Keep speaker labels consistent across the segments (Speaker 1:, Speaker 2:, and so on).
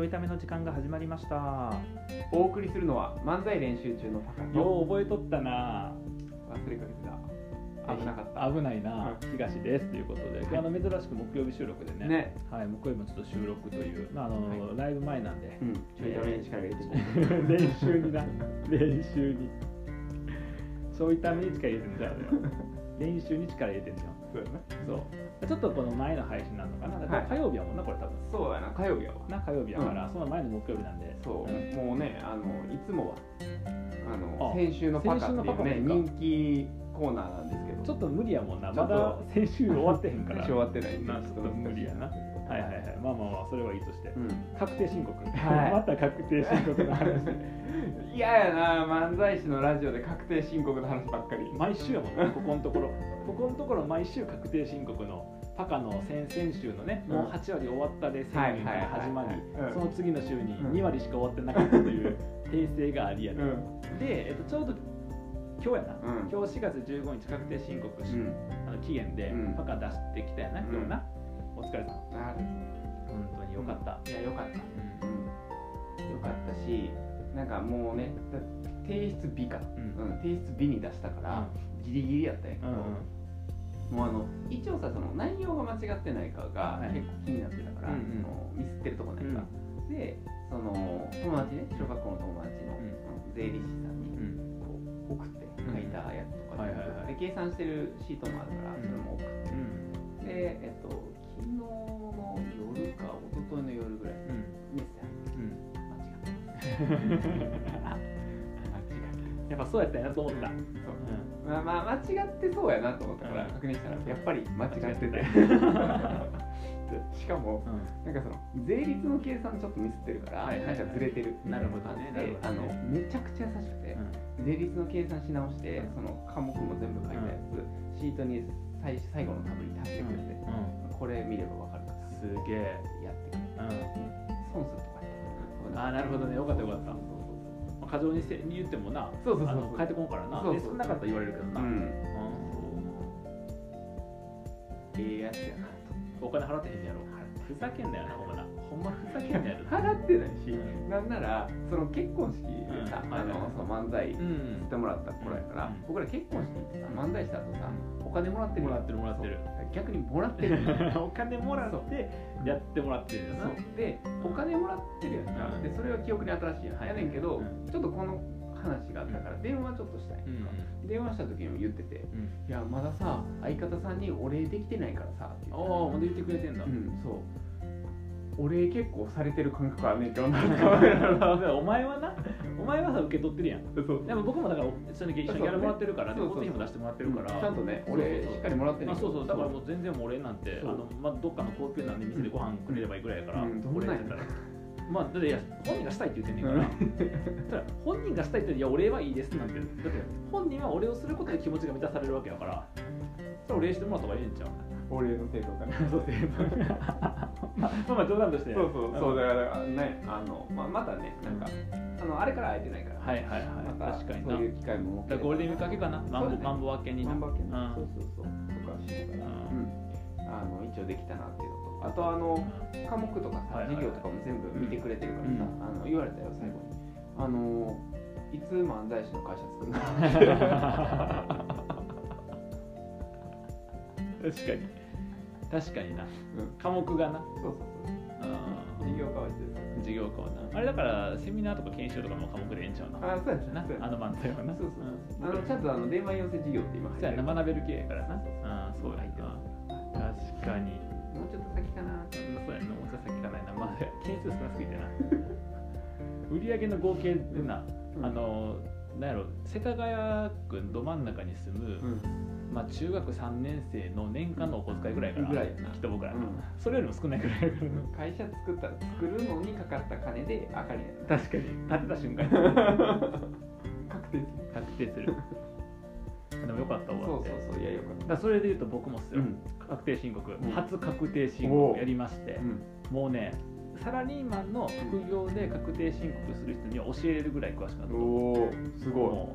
Speaker 1: ょいための時間が始まりました
Speaker 2: お送りするのは漫才練習中の高木
Speaker 1: よう覚えとったな
Speaker 2: 忘れかけてた危なかった
Speaker 1: 危ないな東ですということで、
Speaker 2: はい
Speaker 1: あの珍しく木曜日収録でね
Speaker 2: ね
Speaker 1: はい、木曜日もちょっと収録という、まああのライブ前なんで
Speaker 2: うんちょいやめに力入れてこう
Speaker 1: 練習に な練習にそういっために力入れてんじゃ ん練習に力入れてんじゃん
Speaker 2: そうやな
Speaker 1: そうちょっとこの前の配信なのかなだから
Speaker 2: はい
Speaker 1: 火曜日やもんなこれ多分
Speaker 2: そうやな火曜日やわ
Speaker 1: な火曜日やから、その前の木曜日なんで
Speaker 2: そう、
Speaker 1: ん
Speaker 2: もうねあのいつもはあの
Speaker 1: あ
Speaker 2: 先週のパカって
Speaker 1: 先週
Speaker 2: い
Speaker 1: のパ
Speaker 2: う
Speaker 1: カ
Speaker 2: ね
Speaker 1: もいい
Speaker 2: 人気コーナーなんですけど
Speaker 1: ちょっと無理やもんな
Speaker 2: ち
Speaker 1: ま
Speaker 2: ょっと
Speaker 1: だ先週終わってへんから
Speaker 2: 先週終わってないんで
Speaker 1: なちょっと無理やなはいはいはいまあまあまあそれはいいとして、
Speaker 2: うん
Speaker 1: 確定申告、
Speaker 2: はい
Speaker 1: また確定申告の話
Speaker 2: 嫌やな漫才師のラジオで確定申告の話ばっかり
Speaker 1: 毎週やもんねここのところここのところ毎週確定申告のパカの先々週のね、
Speaker 2: うん
Speaker 1: もう8割終わったで
Speaker 2: はい
Speaker 1: 1000人から始まり、
Speaker 2: はいはいはいうん
Speaker 1: その次の週に
Speaker 2: うん
Speaker 1: 2割しか終わってなかったと いう訂正がありや
Speaker 2: う
Speaker 1: で、
Speaker 2: ん
Speaker 1: で、えっと、ちょうど今日やな、
Speaker 2: うん
Speaker 1: 今日4月15日確定申告し、
Speaker 2: うん
Speaker 1: あの期限で
Speaker 2: うん
Speaker 1: パカ出してきたやな、今日なお疲れさん
Speaker 2: あ
Speaker 1: 本当によかった、
Speaker 2: いやよかったうんよかったしなんかもうねだ提出日か、
Speaker 1: うん
Speaker 2: うん、提出日に出したから、ギリギリやったんやけ
Speaker 1: う
Speaker 2: ど、
Speaker 1: ん
Speaker 2: もうあの一応さその内容が間違ってないかが
Speaker 1: はい
Speaker 2: 結構気になってたから、
Speaker 1: うんうん
Speaker 2: そのミスってるとこないか、でその友達ね小学校の友達の、
Speaker 1: うん
Speaker 2: うん税理士さんに
Speaker 1: うん
Speaker 2: こう送って書いたやつとか
Speaker 1: うんは
Speaker 2: 全部、
Speaker 1: いはいはい
Speaker 2: で計算してるシートもあるから
Speaker 1: うん
Speaker 2: それも送って、
Speaker 1: うん
Speaker 2: でえっと昨日の夜か一昨日の夜ぐらいメッセ
Speaker 1: うん
Speaker 2: 間違った間違
Speaker 1: やっぱそうやったんやなと思った、
Speaker 2: ったそうまあまあ間違ってそうやなと思ったから
Speaker 1: うん
Speaker 2: 確認したらやっぱり間違ってて
Speaker 1: 間違
Speaker 2: しかもなんかその税率の計算ちょっとミスってるから
Speaker 1: はいはいは
Speaker 2: なん
Speaker 1: い
Speaker 2: かずれてるみたい感じで
Speaker 1: なるほどねなるほどね
Speaker 2: あのめちゃくちゃ優しくて税率の計算し直して
Speaker 1: うん
Speaker 2: その科目も全部書いたやつシートに最最後のタブに足してくれてこれ見ればわかるから
Speaker 1: すげえ、
Speaker 2: やってくれ損するとかやった
Speaker 1: あーなるほどねよかったよかった
Speaker 2: そう
Speaker 1: まあ、過剰にせ言ってもな
Speaker 2: そうそうそう
Speaker 1: あ
Speaker 2: そ
Speaker 1: の
Speaker 2: う
Speaker 1: 変えてこんからな
Speaker 2: そうそう
Speaker 1: で少なかったら言われるけど
Speaker 2: そうそう
Speaker 1: な、
Speaker 2: うんええやつやなと
Speaker 1: お金払ってへんやろふざけんなよなほんまなほんまふざけんなよな
Speaker 2: 払ってないし、
Speaker 1: うん
Speaker 2: なんならその結婚式でさ、
Speaker 1: うん
Speaker 2: あ
Speaker 1: はいはいは
Speaker 2: の
Speaker 1: い
Speaker 2: その漫才し
Speaker 1: ん
Speaker 2: てもらった頃やから、
Speaker 1: うん
Speaker 2: 僕ら結婚式ってさ
Speaker 1: うん
Speaker 2: 漫才した後さお金もらってる
Speaker 1: もらってるもらってる
Speaker 2: そう逆にもらっ てる
Speaker 1: お金もらってやってもらってるんだ
Speaker 2: そ
Speaker 1: な
Speaker 2: うでお金もらってるやんか、
Speaker 1: うん
Speaker 2: でそれは記憶に新しいやん、
Speaker 1: はい
Speaker 2: やねんけど、
Speaker 1: うん
Speaker 2: ちょっとこの話があったから電話ちょっとしたい、んやんか、電話した時にも言ってて
Speaker 1: うん
Speaker 2: 「いやまださ相方さんにお礼できてないからさ」って
Speaker 1: あ
Speaker 2: 言
Speaker 1: あ
Speaker 2: って
Speaker 1: まだ言ってくれてんだ、
Speaker 2: うんそうお礼結構されてる感覚あんねんけどな
Speaker 1: お前はなお前はさ受け取ってるやん
Speaker 2: そう
Speaker 1: でも僕もだからそれ一緒にギャラもらってるからね
Speaker 2: そう
Speaker 1: 交
Speaker 2: そう
Speaker 1: 通費も出してもらって
Speaker 2: ち
Speaker 1: るから
Speaker 2: ゃんとね
Speaker 1: そうそうそう
Speaker 2: 俺しっかりもらってんね
Speaker 1: あ
Speaker 2: んけど
Speaker 1: そうそうだからもう全然もう俺なんてあ
Speaker 2: そう
Speaker 1: の、まあ、どっかの高級な、ね、店でご飯くれればいいぐらいやから、
Speaker 2: うん
Speaker 1: 俺やってたら。まあ、だっていや本人がしたいって言ってんねんから、ただ本人がしたいって言っていや俺はいいですなんてだって本人は俺をすることで気持ちが満たされるわけやからそれお礼してもらった方がいい んちゃう
Speaker 2: お礼の程度かね
Speaker 1: そうですねまあまあ冗談として
Speaker 2: そう そうそ
Speaker 1: ん
Speaker 2: うだからねあの、まあ、またねなんかあのあれから会えてないから、
Speaker 1: はいはいはい、
Speaker 2: また
Speaker 1: 確かに
Speaker 2: そう
Speaker 1: な
Speaker 2: いう機会も設け
Speaker 1: だ
Speaker 2: て
Speaker 1: ゴールデンウィーク明けかな、マ
Speaker 2: そ
Speaker 1: ンボ
Speaker 2: うだね
Speaker 1: マンボ明けにな。
Speaker 2: 万馬券
Speaker 1: う
Speaker 2: ね
Speaker 1: ん
Speaker 2: そうそうそうとかしてたから、
Speaker 1: うん
Speaker 2: うんあの一応できたなっていうのとあとあの科目とかさ、
Speaker 1: はいはいはい
Speaker 2: 授業とかも全部見てくれてるからさ、
Speaker 1: うん
Speaker 2: あの言われたよ最後にあのいつ漫才師の会社作るの
Speaker 1: 確かに。確かにな。
Speaker 2: うん
Speaker 1: 科目がな。
Speaker 2: そうそうそう事業変わってさ
Speaker 1: うん授業科はな。あれだから、セミナーとか研修とかも科目でええんちゃうな。
Speaker 2: あそうやし
Speaker 1: な
Speaker 2: そうや
Speaker 1: あの漫才はな。
Speaker 2: そうそうそうあ
Speaker 1: ん
Speaker 2: のちゃんとあの電話要請事業って今
Speaker 1: そ
Speaker 2: 入っ
Speaker 1: う
Speaker 2: て
Speaker 1: や
Speaker 2: る
Speaker 1: な、学べる系やからな。うん、そうや
Speaker 2: 入ってま
Speaker 1: な
Speaker 2: す。
Speaker 1: 確かに。
Speaker 2: もうちょっと先かなって
Speaker 1: うんそうやな、もうちょっと先かないな。まあ、件数少なすぎて な。売り上げの合計でな、あの、なんやろ、世田谷区ど真ん中に住む、
Speaker 2: うん
Speaker 1: まあ、中学3年生の年間のお小遣いぐらいから、
Speaker 2: ぐらいやな
Speaker 1: きっと僕ら、
Speaker 2: うん
Speaker 1: それよりも少ないぐらいやか
Speaker 2: 会社作った作るのにかかった金で明かりや
Speaker 1: ら確かに立てた瞬間に
Speaker 2: な 確定する
Speaker 1: 確定す るでもよかった
Speaker 2: そう
Speaker 1: 終わって
Speaker 2: そうそういやよかっ
Speaker 1: だからそれで言うと僕もっすよ、
Speaker 2: うん
Speaker 1: 確定申告、
Speaker 2: ん
Speaker 1: 初確定申
Speaker 2: お
Speaker 1: 告
Speaker 2: う
Speaker 1: やりまして
Speaker 2: た、うん
Speaker 1: もうねサラリーマンの副業で確定申告する人には教えれるぐらい詳しくなった
Speaker 2: おおすごい
Speaker 1: も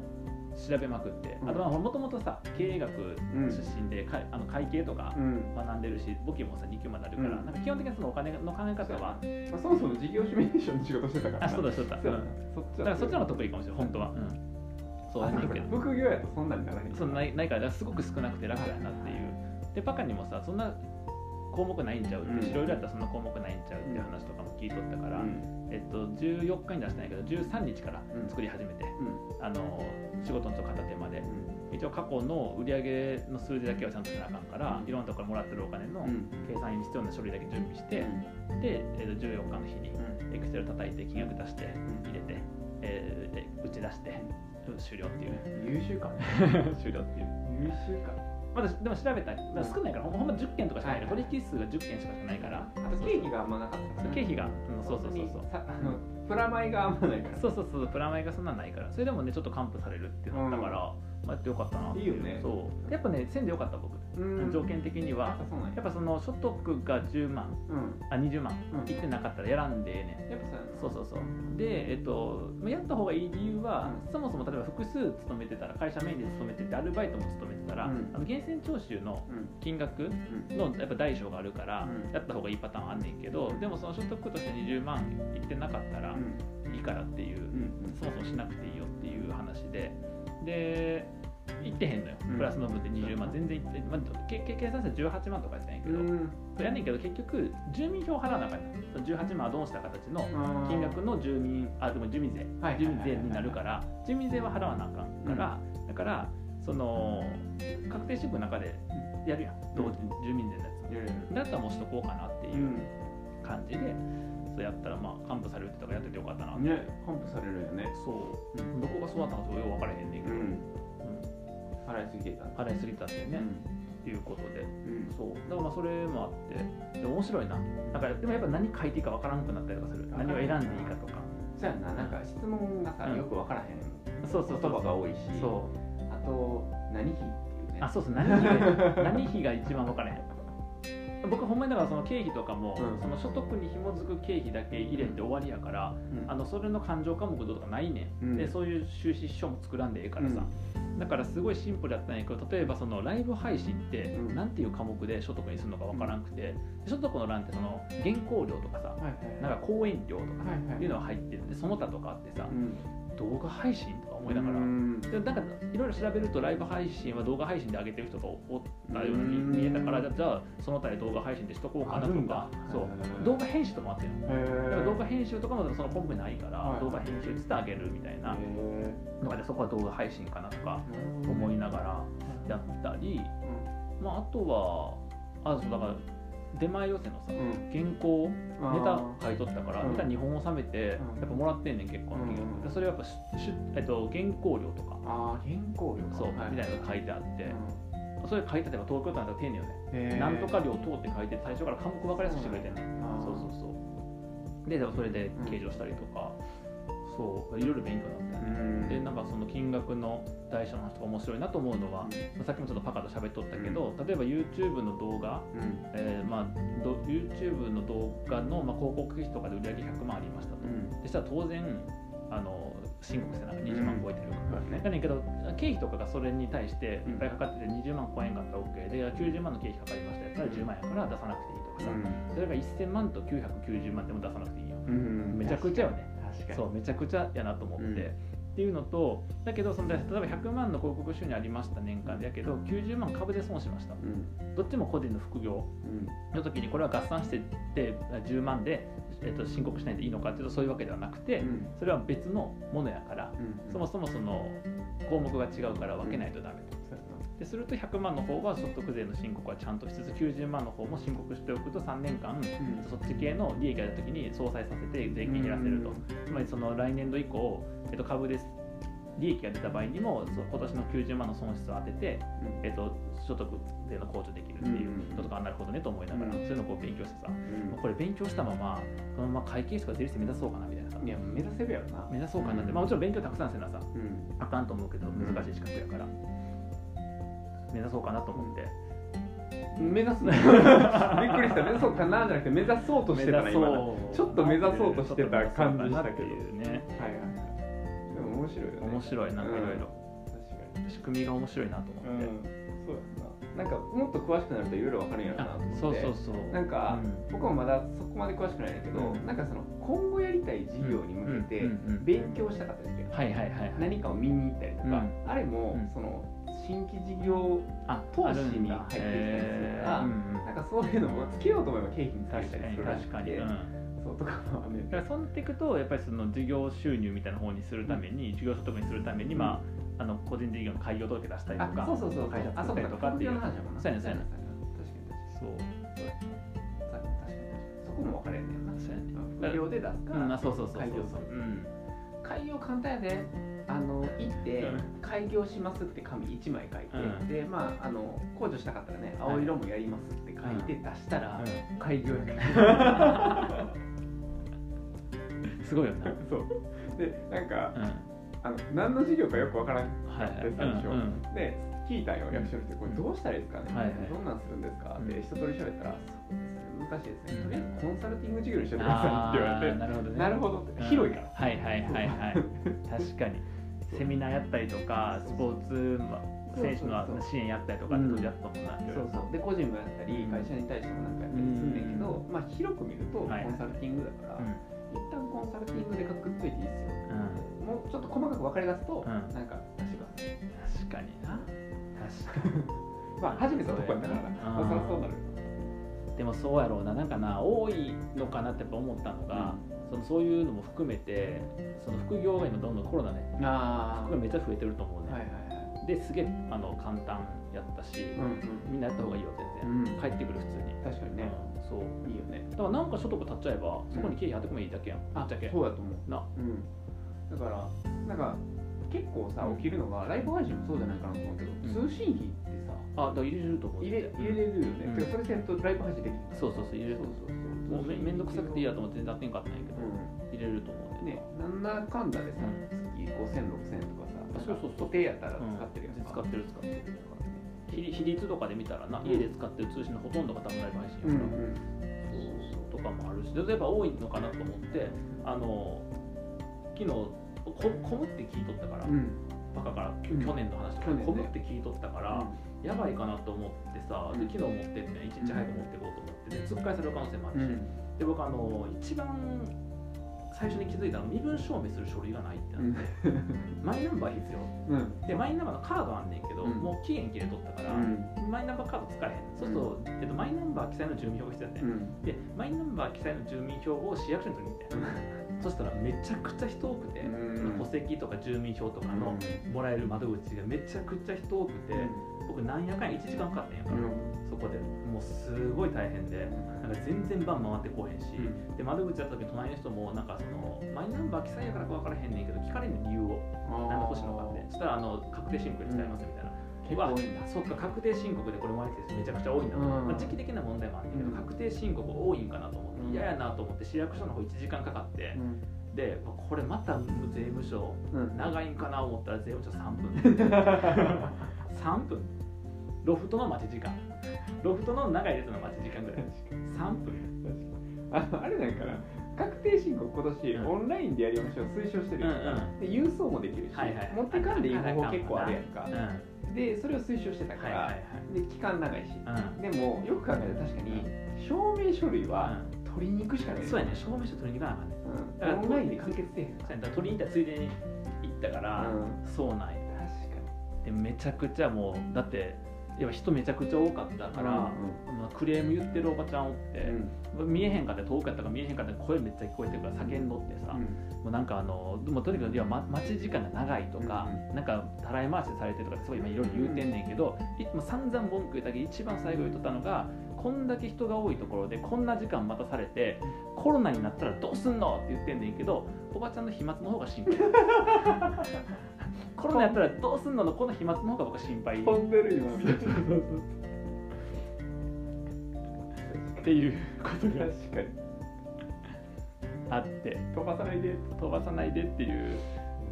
Speaker 1: う調べまくって、
Speaker 2: うん
Speaker 1: あとまあもともとさ経営学
Speaker 2: うん
Speaker 1: 出身で、かいあの会計とか
Speaker 2: うん
Speaker 1: 学んでるし簿記もさ2級まであるから、
Speaker 2: うん
Speaker 1: なんか基本的にそのお金の考え方は、
Speaker 2: まあ、そもそも事業シミュレーションの仕事してたからな
Speaker 1: あそうだそうだ、
Speaker 2: そう
Speaker 1: う
Speaker 2: だ
Speaker 1: ん
Speaker 2: そっち
Speaker 1: だ
Speaker 2: は
Speaker 1: からそっちの方が得意かもしれない本当は、うん、そうやねんけど
Speaker 2: あ副業やとそんなにならへん
Speaker 1: そんなないないからすごく少なくて楽やなっていう、でパカにもさそんな項目ないんちゃうって、
Speaker 2: うん
Speaker 1: 白色だったらそんな項目ないんちゃうっていう話とかも聞いとったから、
Speaker 2: うん
Speaker 1: えっと、14日に出したんやけど13日から
Speaker 2: うん
Speaker 1: 作り始めて、
Speaker 2: うん
Speaker 1: あの仕事のと片手間で一応過去の売り上げの数字だけはちゃんとしなあかんから、
Speaker 2: うん
Speaker 1: いろんなところからもらってるお金の
Speaker 2: うん
Speaker 1: 計算に必要な書類だけ準備して、で、えっと、14日の日にエクセル叩いて金額出して入れて、えーで打ち出して終了っていう
Speaker 2: うん優秀か
Speaker 1: 終了っていう。
Speaker 2: 優秀か
Speaker 1: まだでも調べたりだから少ないからほんほんま10件とかしかないから、
Speaker 2: はい
Speaker 1: 取引数が10件しかないから
Speaker 2: あと経費があんまなかったから
Speaker 1: そう
Speaker 2: な
Speaker 1: 経費が、うんそうそうそうそう
Speaker 2: さあのプラマイがあんまないから
Speaker 1: そうそうそうプラマイがそんなんないからそれでもねちょっと還付されるってなったから、まあ、やってよかったなって
Speaker 2: いいよね
Speaker 1: そうやっぱね線でよかった僕、
Speaker 2: うん
Speaker 1: 条件的に
Speaker 2: やっ
Speaker 1: は
Speaker 2: ぱそうなん
Speaker 1: や
Speaker 2: や
Speaker 1: っぱその所得が10万
Speaker 2: うん
Speaker 1: あ20万
Speaker 2: うん
Speaker 1: いってなかったらやらんでええねん
Speaker 2: やっぱそうやな
Speaker 1: そうそうそうでえっとまあやった方がいい理由は、そもそも例えば複数勤めてたら会社メインで勤めててアルバイトも勤めてたら、
Speaker 2: うん
Speaker 1: あの源泉徴収の
Speaker 2: うん
Speaker 1: 金額
Speaker 2: うん
Speaker 1: のやっぱ大小があるから、
Speaker 2: うん
Speaker 1: やった方がいいパターンあんねんけどでもその所得として20万いってなかったらいいからっていう、
Speaker 2: うん
Speaker 1: そもそもしなくていいよっていう話ででいってへんのよ
Speaker 2: うん
Speaker 1: プラスの分で20万全然いって、まあ、けけ計算して18万とかやったんやけ
Speaker 2: う
Speaker 1: ど、
Speaker 2: ん
Speaker 1: それやねんけど結局住民票払わなあかったその18万はどうした形の金額の住民あでも住民税
Speaker 2: はい
Speaker 1: 住民税になるから住民税は払わなあかんから、だからその確定申告の中でやるやん同時に住民税のやつも
Speaker 2: いろいろ
Speaker 1: だったらもうしとこうかなって
Speaker 2: う
Speaker 1: いうん感じで、そうやったらまあ還付されるってとかやっててよかったなって、
Speaker 2: ね還付されるよね
Speaker 1: そううどこがそうだったのかよく分からへんねんけ
Speaker 2: う
Speaker 1: ど、うん
Speaker 2: ん払いすぎてた
Speaker 1: 払いすぎたんだよね、っていうことで
Speaker 2: うん
Speaker 1: そうだからまあそれもあってで面白いななんかでもやっぱ何書いていいか分からんくなったりとかする何を選んでいいかとか
Speaker 2: そうやんななんか質問がさ
Speaker 1: うん
Speaker 2: よく分からへん
Speaker 1: そうそう
Speaker 2: 言
Speaker 1: そう
Speaker 2: 葉が多いし
Speaker 1: そう
Speaker 2: あと何費っていうね
Speaker 1: あそうそう何費が何費が一番分からへん僕ほんまにだからその経費とかも、
Speaker 2: うん
Speaker 1: その所得に紐づく経費だけ入れて終わりやから、
Speaker 2: うん
Speaker 1: あのそれの勘定科目どうとかないねん、
Speaker 2: うん
Speaker 1: でそういう収支書も作らんでええからさ、だからすごいシンプルだったんやけど例えばそのライブ配信って
Speaker 2: うん
Speaker 1: 何ていう科目で所得にするのかわからんくて、所得の欄ってその原稿料とかさ
Speaker 2: はいはい
Speaker 1: なんか講演料とか
Speaker 2: はいはい
Speaker 1: いうのが入ってるでその他とかあってさ
Speaker 2: うん
Speaker 1: 動画配信とか思いながら。
Speaker 2: うん
Speaker 1: でもなんかいろいろ調べるとライブ配信は動画配信で上げてる人がおったように見えたからじゃあその他で動画配信でしとこうかなと
Speaker 2: あるん
Speaker 1: か
Speaker 2: だ
Speaker 1: そ
Speaker 2: へ
Speaker 1: う
Speaker 2: ー
Speaker 1: 動画編集とかもあったよ
Speaker 2: へ
Speaker 1: だから
Speaker 2: ー
Speaker 1: 動画編集とかもそのコンペないから、
Speaker 2: はい
Speaker 1: 動画編集っつってあげるみたいな
Speaker 2: へー
Speaker 1: のがでそこは動画配信かなとか
Speaker 2: なるほど
Speaker 1: 思いながらやったり、まあ、あとはあそうだから出前寄せのさ、
Speaker 2: うん
Speaker 1: 原稿
Speaker 2: あー
Speaker 1: ネタ書いとったから
Speaker 2: うん
Speaker 1: ネタ2本納めてやっ
Speaker 2: うん
Speaker 1: ぱもらってんねん結構な金額
Speaker 2: うん
Speaker 1: でそれはやっぱしし、えっと、原稿料とか
Speaker 2: ああ原稿料か
Speaker 1: そう
Speaker 2: は
Speaker 1: みたいなのが書いてあって、
Speaker 2: う
Speaker 1: それ書いてあれば東京都なんか丁寧よね、
Speaker 2: んへー
Speaker 1: なんとか量等って書いて最初から科目分かりやすくしてくれてんね
Speaker 2: あー
Speaker 1: そうそうそうででもそれで計上したりとか、そういろいろ勉強になっ
Speaker 2: う
Speaker 1: た、
Speaker 2: ん
Speaker 1: でなんかその金額の代償の話とか面白いなと思うのは、さっきもちょっとパカと喋っとったけど、例えば YouTube の動画、
Speaker 2: うん
Speaker 1: えーまあ、ど YouTube の動画の、まあ、広告費とかで売り上げ100万ありましたと、
Speaker 2: うん
Speaker 1: でしたら当然あの申告してなんか20万超えてるから、
Speaker 2: そうだね
Speaker 1: だねんけど経費とかがそれに対していっぱいかかってて20万超えんかったら OK で90万の経費かかりましたやったら10万やから出さなくていいとかさ、それが1000万と990万でも出さなくていいよ
Speaker 2: うん
Speaker 1: めちゃくちゃよね
Speaker 2: 確かに
Speaker 1: そうめちゃくちゃやなと思って、
Speaker 2: うん
Speaker 1: っていうのとだけどその例えば100万の広告収入ありました年間でやけど90万株で損しました
Speaker 2: うん
Speaker 1: どっちも個人の副業
Speaker 2: うん
Speaker 1: の時にこれは合算してって10万で、えっと、申告しないでいいのかっていうとそういうわけではなくて、
Speaker 2: うん
Speaker 1: それは別のものやから
Speaker 2: うん
Speaker 1: そもそもその項目が違うから分けないとダメと。
Speaker 2: そうやな
Speaker 1: ですると100万の方は所得税の申告はちゃんとしつつ90万の方も申告しておくと3年間
Speaker 2: うん
Speaker 1: そっち系の利益が出た時に相殺させて税金減らせるとつまりその来年度以降、えっと、株です利益が出た場合にもそう今年の90万の損失を当てて、
Speaker 2: うん
Speaker 1: えっと、所得税の控除できるっていうのとかあなるほどねと思いながら
Speaker 2: う
Speaker 1: そうんいうのをこう勉強してさ
Speaker 2: うん
Speaker 1: これ勉強したままこのまま会計士とか税理士目指そうかなみたいなさ
Speaker 2: いや目指せるやろな
Speaker 1: 目指そうかなって、まあ、もちろん勉強たくさんせなさ
Speaker 2: うん
Speaker 1: あかんと思うけど難しい資格やから、目指そうかなと思って
Speaker 2: 目指すねびっくりした目指そうかなじゃなくて目指そうとしてたな今のはちょっと目指そうとしてた感じしたけど
Speaker 1: ちょっと目指そうかなっていうね
Speaker 2: いはいはいでも面白いよね
Speaker 1: 面白いなんかいろいろ
Speaker 2: 確か
Speaker 1: 仕組みが面白いなと思
Speaker 2: うん
Speaker 1: って、
Speaker 2: そうやんななんかもっと詳しくなるといろいろわかるんやろなと
Speaker 1: あ
Speaker 2: 思って
Speaker 1: そうそうそう
Speaker 2: なんか、
Speaker 1: うん
Speaker 2: 僕もまだそこまで詳しくないんだけど、
Speaker 1: うん
Speaker 2: なんかその今後やりたい事業に向け
Speaker 1: う
Speaker 2: て
Speaker 1: んうんうん
Speaker 2: 勉強したかったりして、
Speaker 1: はいはいはいはい
Speaker 2: 何かを見に行ったりとか、
Speaker 1: うん
Speaker 2: あれも、
Speaker 1: うん
Speaker 2: その新規事業
Speaker 1: あ
Speaker 2: 投資
Speaker 1: あるん
Speaker 2: に
Speaker 1: だ
Speaker 2: 入ってきたりするから
Speaker 1: へーうんうん
Speaker 2: なんかそういうのもつけようと思えば経費につ
Speaker 1: 確
Speaker 2: け
Speaker 1: か
Speaker 2: たり
Speaker 1: に
Speaker 2: するらし
Speaker 1: 確
Speaker 2: く
Speaker 1: かに、
Speaker 2: て、
Speaker 1: うん
Speaker 2: そうとかはね
Speaker 1: だからそうなっていくとやっぱりその事業収入みたいな方にするために、事業所得にするために、まあ、あの個人事業の開業届出したりと
Speaker 2: あ
Speaker 1: か
Speaker 2: そうそうそう
Speaker 1: 会社
Speaker 2: あそ
Speaker 1: 作っ
Speaker 2: う
Speaker 1: たりと
Speaker 2: か
Speaker 1: かっていう
Speaker 2: 副業の話やもんな
Speaker 1: そうやねそうやね
Speaker 2: 確か
Speaker 1: そう
Speaker 2: に確かに確かに確かにそこも分かれるんねんな
Speaker 1: そうやね
Speaker 2: 副業で出すか、
Speaker 1: うん、あそうそうそうそう
Speaker 2: 開業する
Speaker 1: うん、
Speaker 2: 開業簡単やであの行って
Speaker 1: うん
Speaker 2: 開業しますって紙1枚書いて、
Speaker 1: うん
Speaker 2: でまああの控除したかったらね
Speaker 1: はい
Speaker 2: 青色もやりますって書いて出したら、
Speaker 1: う
Speaker 2: 開業や から
Speaker 1: ん、すごいよな、
Speaker 2: そうでなんか
Speaker 1: うん、
Speaker 2: あの何の事業かよくわからん
Speaker 1: はいはい
Speaker 2: で最初
Speaker 1: うんうん
Speaker 2: で聞いたんよ役所の人にこれどうしたらいいですかね、
Speaker 1: はいはい
Speaker 2: どんなんするんですか、
Speaker 1: うん
Speaker 2: で一通り喋ったらそうですね難しいです
Speaker 1: う
Speaker 2: ね
Speaker 1: ん
Speaker 2: とりあえずコンサルティング事業にしてくだ
Speaker 1: あ
Speaker 2: さいって言わ
Speaker 1: ー
Speaker 2: れ
Speaker 1: なるほどね
Speaker 2: てなるほどって広いから、
Speaker 1: はいはいはいはい確かにセミナーやったりとかスポーツ
Speaker 2: そう
Speaker 1: 選手の支援やったりとかってことやったもんな、いろいろ
Speaker 2: そうそうで個人もやったり
Speaker 1: うん
Speaker 2: 会社に対してもなんかやったりすんねんけど、まあ、広く見るとコン
Speaker 1: はい
Speaker 2: サルティングだか
Speaker 1: う
Speaker 2: ら、
Speaker 1: ん
Speaker 2: 一旦コンサルティングでくっついていいっすよ
Speaker 1: うん
Speaker 2: もうちょっと細かく分かりだす
Speaker 1: う
Speaker 2: と、
Speaker 1: ん
Speaker 2: なんか出してくださ
Speaker 1: 確
Speaker 2: い
Speaker 1: かにな確か
Speaker 2: まあ初めてのとこやったから、
Speaker 1: そうやね
Speaker 2: まあ、そりゃそうなるよ
Speaker 1: にでもそうやろうななんかな多いのかなってやっぱ思ったのが、そのそういうのも含めてその副業が今どんどんコロナね
Speaker 2: あ
Speaker 1: 副
Speaker 2: ー
Speaker 1: 業めっちゃ増えてると思うね、
Speaker 2: はいはいはい
Speaker 1: ですげえあの簡単やったし、
Speaker 2: うん
Speaker 1: みんなやった方がいいよ全然、
Speaker 2: うん
Speaker 1: 帰ってくる普通に、
Speaker 2: うん確かにね、
Speaker 1: うんそう
Speaker 2: いいよね
Speaker 1: だからなんか所得立っちゃえばそこに経費当て込めばいいだけやん、ぶっちゃけ
Speaker 2: そうだと思う
Speaker 1: な
Speaker 2: うん、だからなんか結構さ
Speaker 1: うん
Speaker 2: 起きるのがライブ配信もそうじゃないかなと思うけど、
Speaker 1: うん
Speaker 2: 通信費ってさ
Speaker 1: あだから入れると思う
Speaker 2: 入れ入れれるよね、
Speaker 1: うん
Speaker 2: てかそれせんとライブ配信できる
Speaker 1: そうそうそう入れると思う
Speaker 2: そうそうそ
Speaker 1: も
Speaker 2: う
Speaker 1: うめめんどくさくていいやと思って全然当てんかったんやけど、入
Speaker 2: う
Speaker 1: れると思うん
Speaker 2: ん
Speaker 1: だよ
Speaker 2: ねなんだかんだでさ、月50006000とか
Speaker 1: あ
Speaker 2: さ
Speaker 1: そうそうそう
Speaker 2: 固定やったら
Speaker 1: うん
Speaker 2: 使ってるやん
Speaker 1: 全然使ってる使ってる
Speaker 2: だからね
Speaker 1: 比率比率とかで見たらな、
Speaker 2: うん
Speaker 1: 家で使ってる通信のほとんどが多分ライブ配信や
Speaker 2: うんう
Speaker 1: から、
Speaker 2: ん
Speaker 1: とかもあるし例えば多いのかなと思ってあの昨日ここむって聞いとったから、
Speaker 2: うん
Speaker 1: バカからきょ
Speaker 2: うん
Speaker 1: 去年の話とか、
Speaker 2: 去年ね
Speaker 1: こむって聞いとったから、やばいかなと思ってさで
Speaker 2: うん
Speaker 1: 昨日持ってって1日早く持っていこうと思ってでつっかえされる可能性もあ
Speaker 2: う
Speaker 1: るし、
Speaker 2: ん
Speaker 1: で僕あの一番最初に気づいたのは身分証明する書類がないってなって、マイナンバー必要
Speaker 2: うんうん
Speaker 1: でマイナンバーのカードあんねんけど、
Speaker 2: うん
Speaker 1: もう期限切れとったから、マイナンバーカード使えへんそうすると、えっと、マイナンバー記載の住民票が必要だ
Speaker 2: う
Speaker 1: ね、
Speaker 2: ん
Speaker 1: でマイナンバー記載の住民票を市役所に取りに行って、そしたらめちゃくちゃ人多くて、
Speaker 2: うん
Speaker 1: 戸籍とか住民票とか
Speaker 2: あ
Speaker 1: のもらえる窓口がめちゃくちゃ人多くて、僕なんやかんや1時間かかったんやから、そこでもうすごい大変でなんか全然番回ってこうへんし、で窓口やった時隣の人もなんかそのマイナンバー記載やからか分からへんねんけど聞かれんの理由をなんで欲しいのかってそしたらあの確定申告に使いますみたいな、
Speaker 2: 結構多いんだ
Speaker 1: うわそっか確定申告でこれもありですめちゃくちゃ多いんだ、
Speaker 2: うん
Speaker 1: まあ、時期的な問題もあるんだけど、
Speaker 2: うん
Speaker 1: 確定申告多いんかなと思って
Speaker 2: うん
Speaker 1: 嫌やなと思って市役所の方1時間かかって
Speaker 2: う、ん
Speaker 1: でまあこれまた税務署
Speaker 2: うん
Speaker 1: 長いんかな思ったら税務署3分 3分ロフトの待ち時間ロフトの長い列の待ち時間ぐらい3分
Speaker 2: あのあれなんかな確定申告今年、
Speaker 1: うん
Speaker 2: オンラインでやりましょう推奨してるやんか、
Speaker 1: うん
Speaker 2: で郵送もできるし、
Speaker 1: はいはい
Speaker 2: 持ってかんでいい方法結構あるやんか
Speaker 1: うんはい
Speaker 2: でそれを推奨してたか
Speaker 1: はい
Speaker 2: ら、
Speaker 1: はい
Speaker 2: で期間長いし
Speaker 1: うん
Speaker 2: でもよく考えたら確かに証明書類は
Speaker 1: う
Speaker 2: 取りに行くしかない、
Speaker 1: んそうやね証明書取りに行かなあかんね
Speaker 2: うん
Speaker 1: だから
Speaker 2: オンラインで完結せえへん
Speaker 1: そうやねだから取りに行ったついでに行ったから、
Speaker 2: うん
Speaker 1: そうなんや
Speaker 2: 確か
Speaker 1: でめちゃくちゃもうだってやっぱ人めちゃくちゃ多かった
Speaker 2: に
Speaker 1: から、まあクレーム言ってるおばちゃんおって、
Speaker 2: うん
Speaker 1: 見えへんかって遠くやったから見えへんかって声めっちゃ聞こえてるから叫んどってさ、
Speaker 2: うん
Speaker 1: もうなんかあのもうとにかくいやま待ち時間が長いとか、
Speaker 2: うん
Speaker 1: なんかたらい回しされてとかってすごい今いろいろ言うてんねんけど、いつも散々文句言ったけど一番最後言っとったのがこんだけ人が多いところでこんな時間待たされてコロナになったらどうすんのって言ってんねんけどおばちゃんの飛沫の方が心 配コロナやったらどうすんののこの飛沫の方が僕は心配
Speaker 2: 飛んで る今みたいな
Speaker 1: っていうことが
Speaker 2: 確かに
Speaker 1: あって
Speaker 2: 飛ばさないで
Speaker 1: 飛ばさないでっていう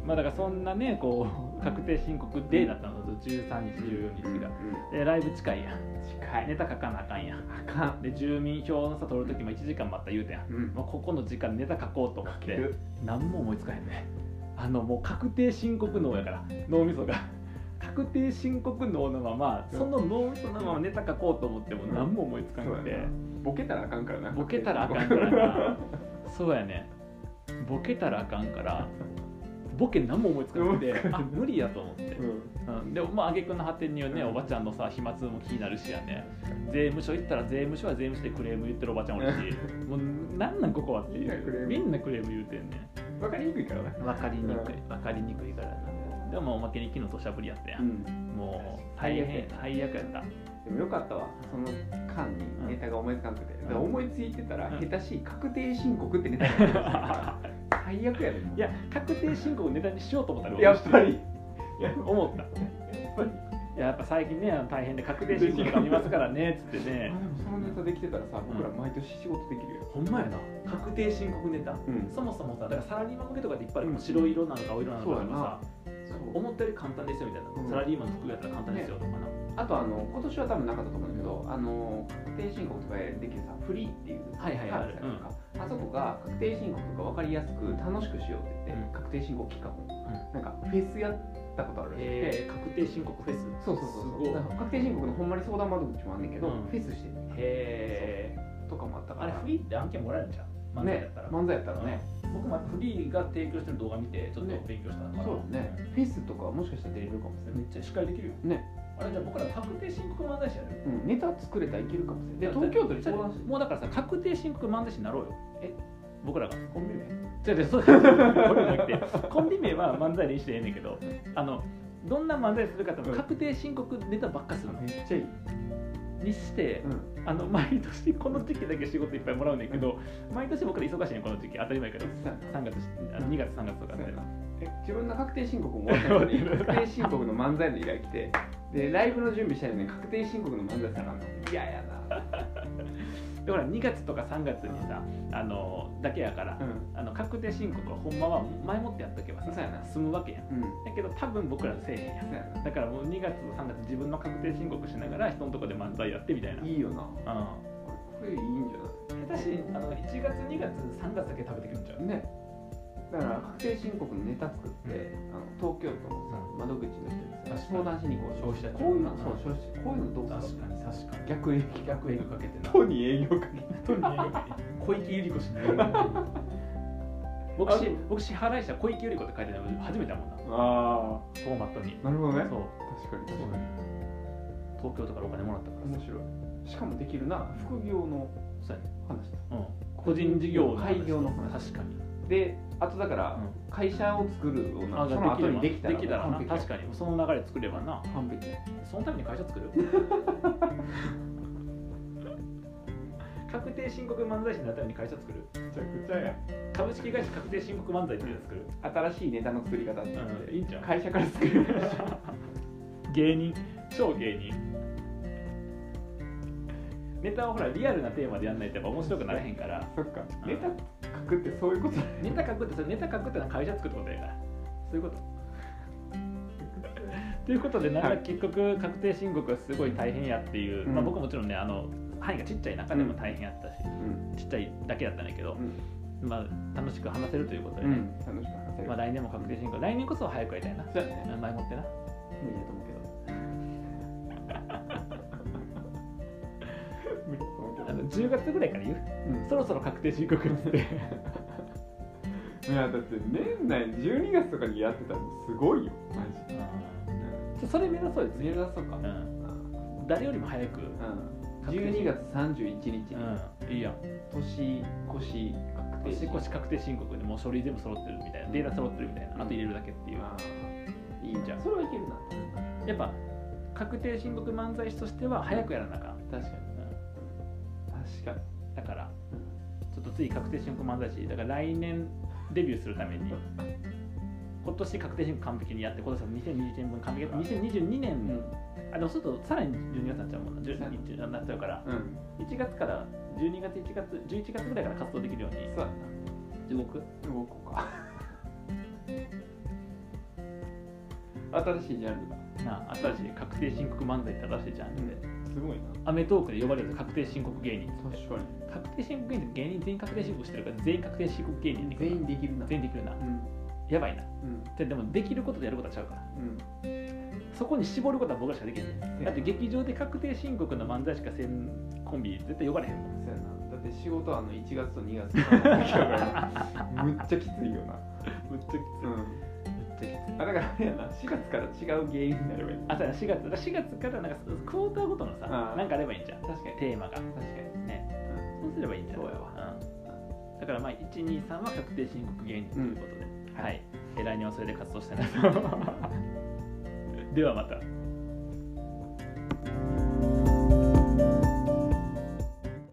Speaker 1: まあだからそんなねこう確定申告デーだったのと13日14日が、でライブ近いやん
Speaker 2: 近い
Speaker 1: ネタ書かなあかんやん
Speaker 2: あかん
Speaker 1: で住民票のさ取る時も1時間待った言うてやん、
Speaker 2: うん
Speaker 1: まあ、ここの時間ネタ書こうと思って何も思いつかへんねあのもう確定申告脳やから脳みそが確 確定申告脳のままその脳みそのままネタ書こうと思っても何も思いつかなくて、
Speaker 2: ボケたらあかんからな
Speaker 1: ボケたらあかんからなそうやねボケたらあかんからボケ何も思いつかなくてあ無理やと思って
Speaker 2: う、ん
Speaker 1: うん、でもまあ挙句の果てにはね、
Speaker 2: うん
Speaker 1: おばちゃんのさ飛沫も気になるしやね税務署行ったら税務署は税務署でクレーム言ってるおばちゃんおるしもうなんなんここはってい
Speaker 2: みんなクレー
Speaker 1: う
Speaker 2: ム
Speaker 1: みんなクレーム言うてんねん
Speaker 2: わかりにくいからな
Speaker 1: 分かりにくい分かりにくいからなでもおまけに昨日土砂降りやったやん、もう大変最悪やった
Speaker 2: でもよかったわその間にネタが思いつかなくて、
Speaker 1: ん
Speaker 2: で思いついてたら
Speaker 1: うん
Speaker 2: 下手しい確定申告ってネタが出てきたから最悪やで も
Speaker 1: いや確定申告ネタにしようと思ったら
Speaker 2: やっぱりやっ
Speaker 1: 思った
Speaker 2: ぱり
Speaker 1: いややっぱ最近ね大変で確定申告が見ますからねっつって
Speaker 2: あで
Speaker 1: ね
Speaker 2: もそのネタできてたらさ僕ら毎年仕事できるよ、
Speaker 1: ほんまやな確定申告ネタ
Speaker 2: うん
Speaker 1: そもそもさだからサラリーマン向けとかでいっぱいある、
Speaker 2: うん
Speaker 1: 白色なのか青色なのかと
Speaker 2: そう
Speaker 1: か
Speaker 2: やな
Speaker 1: さ
Speaker 2: そう
Speaker 1: 思ったより簡単ですよみたいな、
Speaker 2: うん
Speaker 1: サラリーマンの服やったら簡単ですよとかな、
Speaker 2: あとあの今年は多分なかったと思うんだけど、あの確定申告とかできるさフリーっていう
Speaker 1: はいはいはい
Speaker 2: サービスあるやんか、あそこが確定申告とか分かりやすく楽しくしようって言って、
Speaker 1: うん
Speaker 2: 確定申告期間を、なんかフェスやったことあるらしくて、
Speaker 1: えー確定申告フェス
Speaker 2: そうそうそう
Speaker 1: す
Speaker 2: そ
Speaker 1: ご
Speaker 2: う
Speaker 1: い
Speaker 2: だから確定申告のほんまに相談窓口もあんねんけど、
Speaker 1: うん
Speaker 2: フェスして
Speaker 1: へえ
Speaker 2: とかもあったか
Speaker 1: あれ
Speaker 2: ら
Speaker 1: フリーって案件もらえるんじゃん漫才だ
Speaker 2: ね
Speaker 1: ったら、
Speaker 2: 漫才やったらね、
Speaker 1: 僕もやっぱフリーが提供してる動画見てちょっと
Speaker 2: ね
Speaker 1: 勉強したから、
Speaker 2: そうだね、フェスとかもしかしたら出れるかもしれ
Speaker 1: めっちゃ司会できるよ
Speaker 2: ないね、
Speaker 1: あれじゃあ僕ら確定申告漫才師やる
Speaker 2: うん、ネタ作れたらいけるかもしれないで東京都に相談して
Speaker 1: もうだからさ確定申告漫才師になろうよ
Speaker 2: え
Speaker 1: 僕らが
Speaker 2: コンビ名
Speaker 1: 違う違うそういうことじゃなくてコンビ名は漫才にしてええねんけどあのどんな漫才するかっても確定申告ネタばっかするの
Speaker 2: めっちゃいい、
Speaker 1: にして
Speaker 2: うん、
Speaker 1: あの毎年この時期だけ仕事いっぱいもらうねんけど毎年僕ら忙しいねんこの時期当たり前やけど
Speaker 2: そうやな
Speaker 1: 3月あの2月3月とかみたいな
Speaker 2: え自分の確定申告も終わったの に確定申告の漫才の依頼来てでライブの準備したいのに確定申告の漫才したらあかんの嫌やな
Speaker 1: でほら2月とか3月にさあのだけやから
Speaker 2: うん
Speaker 1: あの確定申告はほんまは前もってやっとけばさ
Speaker 2: そうやな
Speaker 1: 済むわけやん
Speaker 2: うん
Speaker 1: だけど多分僕らせえへんやん
Speaker 2: そうや
Speaker 1: だからもう2月3月自分の確定申告しながら人のとこで漫才やってみたいな、う
Speaker 2: なんいいよなこれこれいいんじゃ
Speaker 1: 下手しあの1月2月3月だけ食べてくるんちゃう
Speaker 2: ないねだから確定申告のネタ作って、あの東京都のさ窓口の人に
Speaker 1: 確
Speaker 2: さ
Speaker 1: かに
Speaker 2: 相談しに行こう
Speaker 1: 消費者庁
Speaker 2: こういうのそう消費者こういうのどうする
Speaker 1: かに確かに
Speaker 2: 逆営業
Speaker 1: 逆営業かけてな
Speaker 2: 都に営業かけ
Speaker 1: 当に小池百合子しな 僕し僕支払い者小池百合子って書いてないの初めてだもんな
Speaker 2: あ
Speaker 1: フォーマットに
Speaker 2: あなるほど
Speaker 1: そう
Speaker 2: ね確かに確かに
Speaker 1: 東京とかでお金もらったから
Speaker 2: 面
Speaker 1: さ
Speaker 2: 白いしかもできるな副業の
Speaker 1: そうやね、
Speaker 2: 話だ
Speaker 1: うん、個人事業の話
Speaker 2: 開業の話
Speaker 1: 確かに、
Speaker 2: であとだから会社を作るをな
Speaker 1: あ
Speaker 2: そ
Speaker 1: がで
Speaker 2: の
Speaker 1: き
Speaker 2: 後
Speaker 1: れ
Speaker 2: に
Speaker 1: ば
Speaker 2: できたら
Speaker 1: できたらな
Speaker 2: 完璧
Speaker 1: 確かにその流れ作ればな
Speaker 2: 完璧
Speaker 1: そのために会社 作る確定申告漫才師になっために会社作る
Speaker 2: めちゃくちゃや
Speaker 1: 株式会社確定申告漫才っていうの作る、
Speaker 2: 新しいネタの作り方って言っ
Speaker 1: う
Speaker 2: て
Speaker 1: ん、いいんちゃう
Speaker 2: 会社から作 る
Speaker 1: 芸人超芸人ネタをほらリアルなテーマでやんないとやっぱ面白くならへんから
Speaker 2: そっか
Speaker 1: うん
Speaker 2: ネタ書くってそういうことだよ
Speaker 1: ネタ書くってそれネタ書くってのは会社作ることやからそういう ことということでなん
Speaker 2: は
Speaker 1: か
Speaker 2: い
Speaker 1: 結局確定申告はすごい大変やっていう、
Speaker 2: うん
Speaker 1: まあ、僕もちろんねあの範囲がちっちゃい中でも大変やったし、
Speaker 2: うん
Speaker 1: ちっちゃいだけやったんだけど、まあ、楽しく話せるということで
Speaker 2: う
Speaker 1: ね、
Speaker 2: ん楽しく話せる
Speaker 1: まあ、来年も確定申告来年こそは早くやりたいな
Speaker 2: そうやね
Speaker 1: 前もってな
Speaker 2: 無理だと思うけど 無理だと思うけ
Speaker 1: あ
Speaker 2: ど
Speaker 1: の10月ぐらいから言うそろそろ確定申告っつって
Speaker 2: いやだって年内12月とかにやってたらすごいよマジで
Speaker 1: ちょそれ目指そうよ次
Speaker 2: 目指そうか
Speaker 1: うん誰よりも早く、
Speaker 2: うん12月31日に
Speaker 1: うん、いいやん
Speaker 2: 年越し確定
Speaker 1: 年越し確定申告でもう書類全部揃ってるみたいなデータ揃ってるみたいなあと入れるだけっていう
Speaker 2: ああいい
Speaker 1: じゃん
Speaker 2: それはいけるな
Speaker 1: やっぱ確定申告漫才師としては早くやらなあかん、
Speaker 2: 確かに
Speaker 1: う
Speaker 2: 確かに
Speaker 1: ん、だからちょっと次確定申告漫才師だから来年デビューするために今年確定申告完璧にやって今年は2020年分完璧2022年も、あでもそうするとさらに12月になっちゃうもんな12月になっちゃうから
Speaker 2: うん、うん、
Speaker 1: 1月から12月1月11月ぐらいから活動できるように
Speaker 2: そう
Speaker 1: 動く
Speaker 2: 動こうか 新しいジャンルだ、
Speaker 1: なあ新しい確定申告漫才って新しいじゃんって、
Speaker 2: すごいな
Speaker 1: アメトークで呼ばれる確定申告芸人
Speaker 2: 確か
Speaker 1: 確定申告芸人って芸人全員確定申告してるから全員確定申告芸人やねんけ
Speaker 2: に
Speaker 1: ど
Speaker 2: 全員できるな
Speaker 1: 全員できるな
Speaker 2: うん
Speaker 1: やばいな
Speaker 2: うん
Speaker 1: ででもできることでやることはちゃうから
Speaker 2: うん
Speaker 1: そこに絞ることは僕らしかできへんねんだって劇場で確定申告の漫才しかせんコンビ絶対呼ばれへんもん
Speaker 2: そうやなだって仕事はあの1月と2月と かの時期やからむっちゃきついよな
Speaker 1: むっちゃき
Speaker 2: うん
Speaker 1: ついめっちゃきつい
Speaker 2: あだからあれやな4月から違う芸人になればいい
Speaker 1: あそうや4月だから4月からなんかクォーターごとのさ
Speaker 2: あー
Speaker 1: なんかあればいいんじゃん
Speaker 2: 確かに
Speaker 1: テーマが
Speaker 2: 確かに
Speaker 1: ねそうすればいいんじゃん
Speaker 2: そうや
Speaker 1: うんだからまあ123は確定申告芸人ということで、
Speaker 2: ん
Speaker 1: はい、え来年はそれで活動したいなとではまた
Speaker 2: うん